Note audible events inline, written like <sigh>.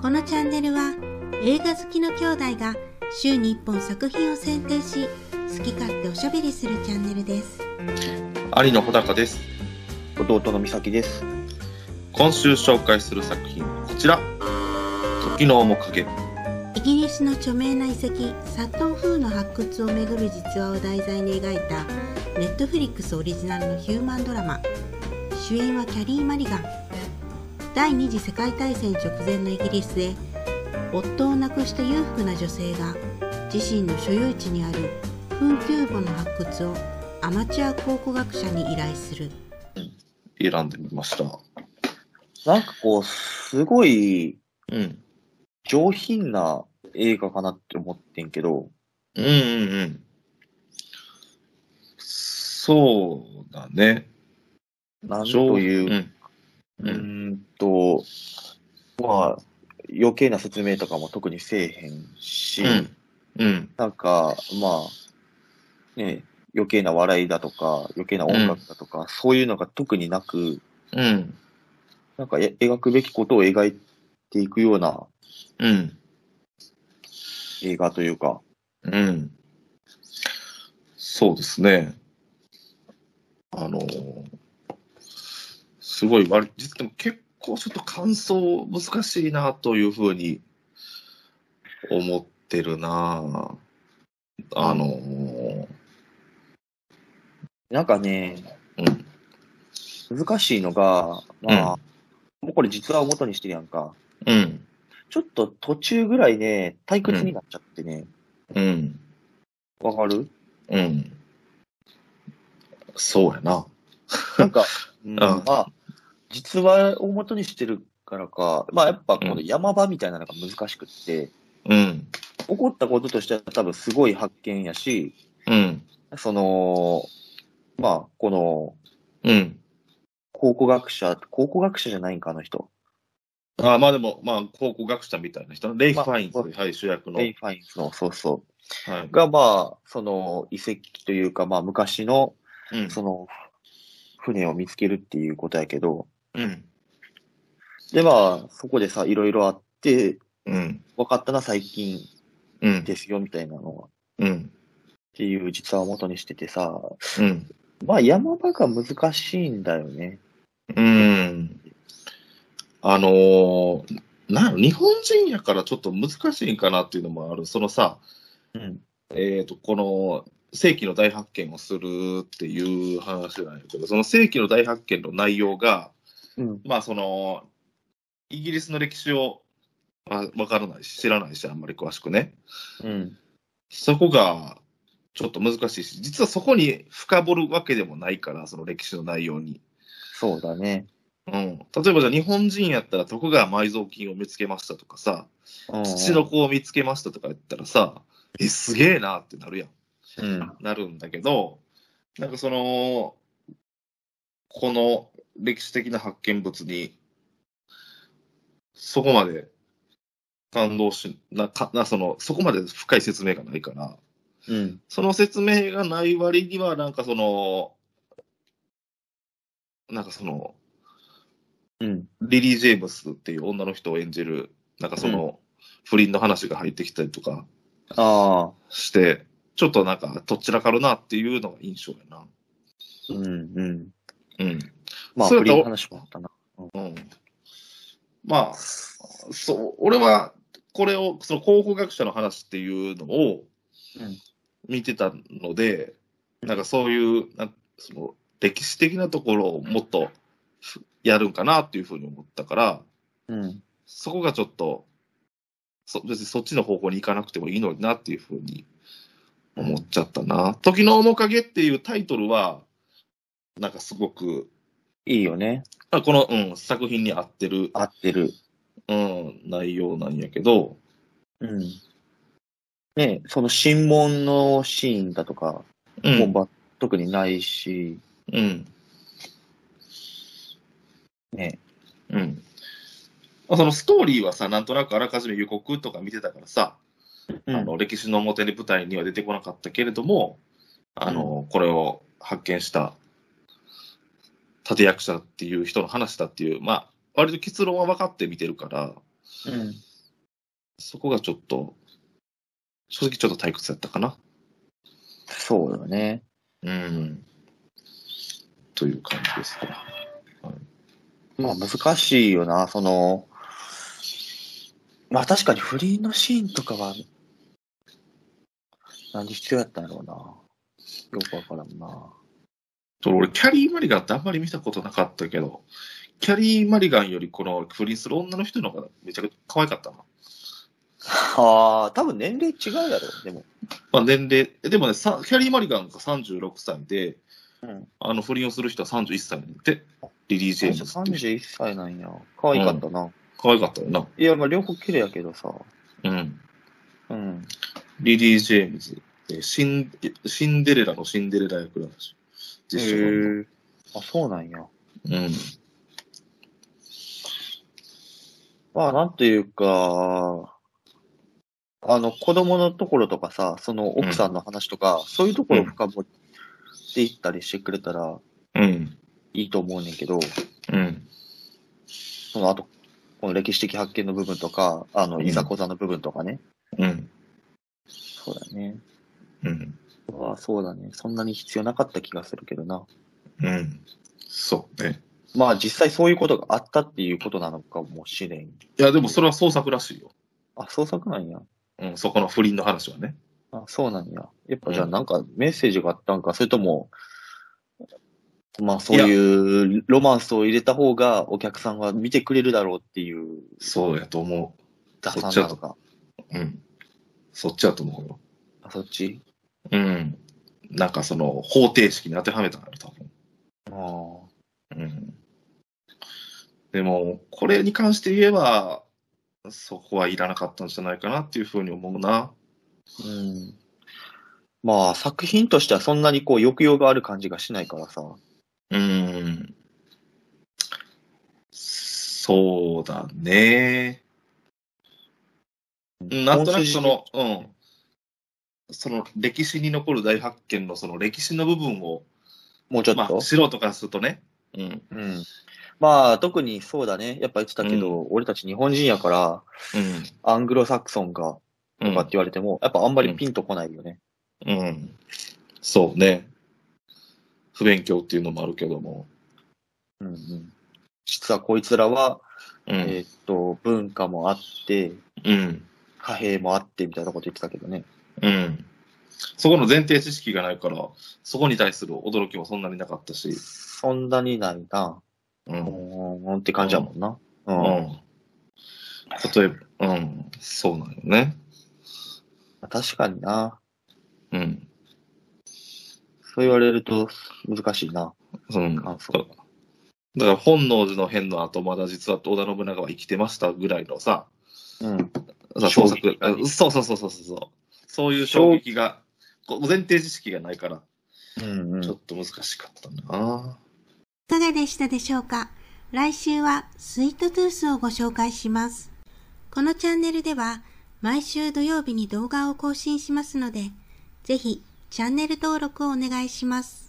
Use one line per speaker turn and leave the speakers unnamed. このチャンネルは映画好きの兄弟が週に1本作品を選定し好き勝手おしゃべりするチャンネルです
有野穂高です。
弟の美咲です。
今週紹介する作品はこちら。時の面影。
イギリスの著名な遺跡サットン風の発掘をめぐる実話を題材に描いたネットフリックスオリジナルのヒューマンドラマ主演はキャリー・マリガン第二次世界大戦直前のイギリスで夫を亡くした裕福な女性が自身の所有地にある墳丘墓の発掘をアマチュア考古学者に依頼する
選んでみました。
なんかこう、すごい
うん。
上品な映画かなって思ってんけど、
うんうんうん。そうだね。
なんとい
ん。
うう、う
うん
ーんと、まあ、余計な説明とかも特にせえへんし、
うん。うん。
なんか、まあ、ね、余計な笑いだとか、余計な音楽だとか、そういうのが特になく、
うん。
なんかえ描くべきことを描いていくような
うん。
映画というか、
うん。そうですね。あのーすごい割、実でも結構ちょっと感想難しいなというふうに思ってるなあのー
なんかね、
うん。
難しいのが、まあ、もうこれ実話を元にしてるやんか。
うん。
ちょっと途中ぐらいね、退屈になっちゃってね。
うん。
わ、かる
うん。そうやな。
な
<laughs>
んか、うん
ん
まあ、実話を元にしてるからか、まあやっぱこ
う
の
ん
山場みたいなのが難しくって、
うん。
起こったこととしては多分すごい発見やし、
うん。
その、まあ、この、
うん。
考古学者、考古学者じゃないんか、あの人。
あまあでも、まあ、考古学者みたいな人、レイ・フ
まあ
ァインズ、はい、主役の。は
レイ・
い。
ファインズの、そうそう。が、まあ、その、遺跡というか、まあ、昔の、
うん
その、船を見つけるっていうことやけど、
うん。
で、まあ、そこでさ、いろいろあって、
うん。
分かったな、最近
うん。
ですよ、みたいなのが、っ
うん。
ていう実話を元にしててさ、
うん。
まあ、山場が難しいんだよね。
うん。あのーなんやろ日本人やからちょっと難しいんかなっていうのもある。そのさ、
うん。
えっ、と、この世紀の大発見をするっていう話なんやけど、その世紀の大発見の内容が、
うん。
まあその、イギリスの歴史を、まあ、わからないし、知らないし、あんまり詳しくね。
うん。
そこがちょっと難しいし、実はそこに深掘るわけでもないから、その歴史の内容に。
そうだね。
うん、例えばじゃあ日本人やったら徳川埋蔵金を見つけましたとかさ、
うん。
土の子を見つけましたとか言ったらさ、え、すげえなってなるやん。
うん。
なるんだけど、なんかその、この歴史的な発見物に、そこまで感動し、な、かな、その、そこまで深い説明がないから、
うん。
その説明がない割には、なんかその、なんかその、
うん。
リリー・ジェームスっていう女の人を演じる、なんかその、不倫の話が入ってきたりとか
ああ。
して、ちょっとなんか、どちらかるなっていうのが印象やな。
うん。うん。
うん。
まあ、
そう
不
だ
倫の話もあったな。
うん。まあ、そう、俺は、これを、その考古学者の話っていうのを
うん
見てたので、なんかそういう、なんその歴史的なところをもっとやるんかなっていうふうに思ったから、
うん。
そこがちょっと、そ別にそっちの方向に行かなくてもいいのになっていうふうに思っちゃったな。時の面影っていうタイトルは、なんかすごく、
いいよね。
あこの、うん、作品に合ってる
合ってる。
うん、内容なんやけど、
うん。ねその審問のシーンだとか、
う
本
ん、
番特にないし、
うん、
ね
うん。まあそのストーリーはさ、なんとなくあらかじめ予告とか見てたからさ、あの歴史の表に舞台には出てこなかったけれども、あの、これを発見した立役者っていう人の話だっていう、まあ、割と結論は分かって見てるから、
うん。
そこがちょっと、正直ちょっと退屈だったかな。
そうよね。
うん。という感じですね。
まあ難しいよな、その、まあ確かに不倫のシーンとかは、なんで必要やったんやろうな。よくわからんな。
と俺、キャリー・マリガンってあんまり見たことなかったけど、キャリー・マリガンよりこの不倫する女の人の方がめちゃくちゃ可愛かったな。
ああ、多分年齢違うやろ、でも。
まあ、年齢、えでもね、さキャリー・マリガンが36歳で、
うん
あの不倫をする人は31歳で、リリー・ジェームズっていう人。
31歳なんや。可愛かったな。
可愛かったよな。
いや、まあ両方綺麗やけどさ。
うん。
うん。
リリー・ジェームズ。えーシンシンデレラのシンデレラ役だし。
へ
実写版の
え。あ、そうなんや。
うん。
まあ、なんていうか、あの、子供のところとかさ、その奥さんの話とか、そういうところを深掘っていったりしてくれたら
うん。
いいと思うねんけど、
うん。
その後、この歴史的発見の部分とか、あの、
うん
いざこざの部分とかね。
うん。
そうだね。
うん。
まあ、そうだね。そんなに必要なかった気がするけどな。
うん。そうね。
まあ、実際そういうことがあったっていうことなのかもしれん。
いや、でもそれは創作らしいよ。
あ、創作なんや。
うん、そこの不倫の話はね。
あ、そうなんや。や
う
っぱ
ん
じゃあなんかメッセージがあったんか、それとも、まあそういうロマンスを入れた方がお客さんは見てくれるだろうっていう
そうやと思
打算なのか。
う。うん。そっちやと思うよ。
あ、そっち
うん。なんかその方程式に当てはめたんやろ、多分。
ああ。
うん。でも、これに関して言えば、そこはいらなかったんじゃないかなっていうふうに思うな。
うん。まあ作品としてはそんなにこう抑揚がある感じがしないからさ。
うん。そうだね。なんとなくその、うん。その歴史に残る大発見のその歴史の部分を、
もうちょっ
まあ
と、
素人からするとね。うん。
うん。まあ特にそうだね。やっぱ言ってたけど、俺たち日本人やから、アングロサクソンが
うん。
とかって言われても、やっぱあんまりピンとこないよね。
うん。そうね。不勉強っていうのもあるけども。
うんうん、実はこいつらは、
うん。
えーっと、文化もあって、
うん。
貨幣もあってみたいなこと言ってたけどね。
うん。そこの前提知識がないから、そこに対する驚きもそんなになかったし。
そんなにないな。
う。
うんーんって感じやもんな。
う
う。
んん。例えば、うん。そうなんよね。
確かにな。
うん。
そう言われると難しいな。
うん。
感想が。
だから本能寺の変の後、まだ実は織田信長は生きてましたぐらいのさ、
うん。
さ
衝
創作、
撃
あそうそうそうそうそうそう。そういう衝撃が、こう前提知識がないから、
うんうん
ちょっと難しかったな。
いかがでしたでしょうか来週はスイートトゥースをご紹介します。このチャンネルでは毎週土曜日に動画を更新しますので、ぜひチャンネル登録をお願いします。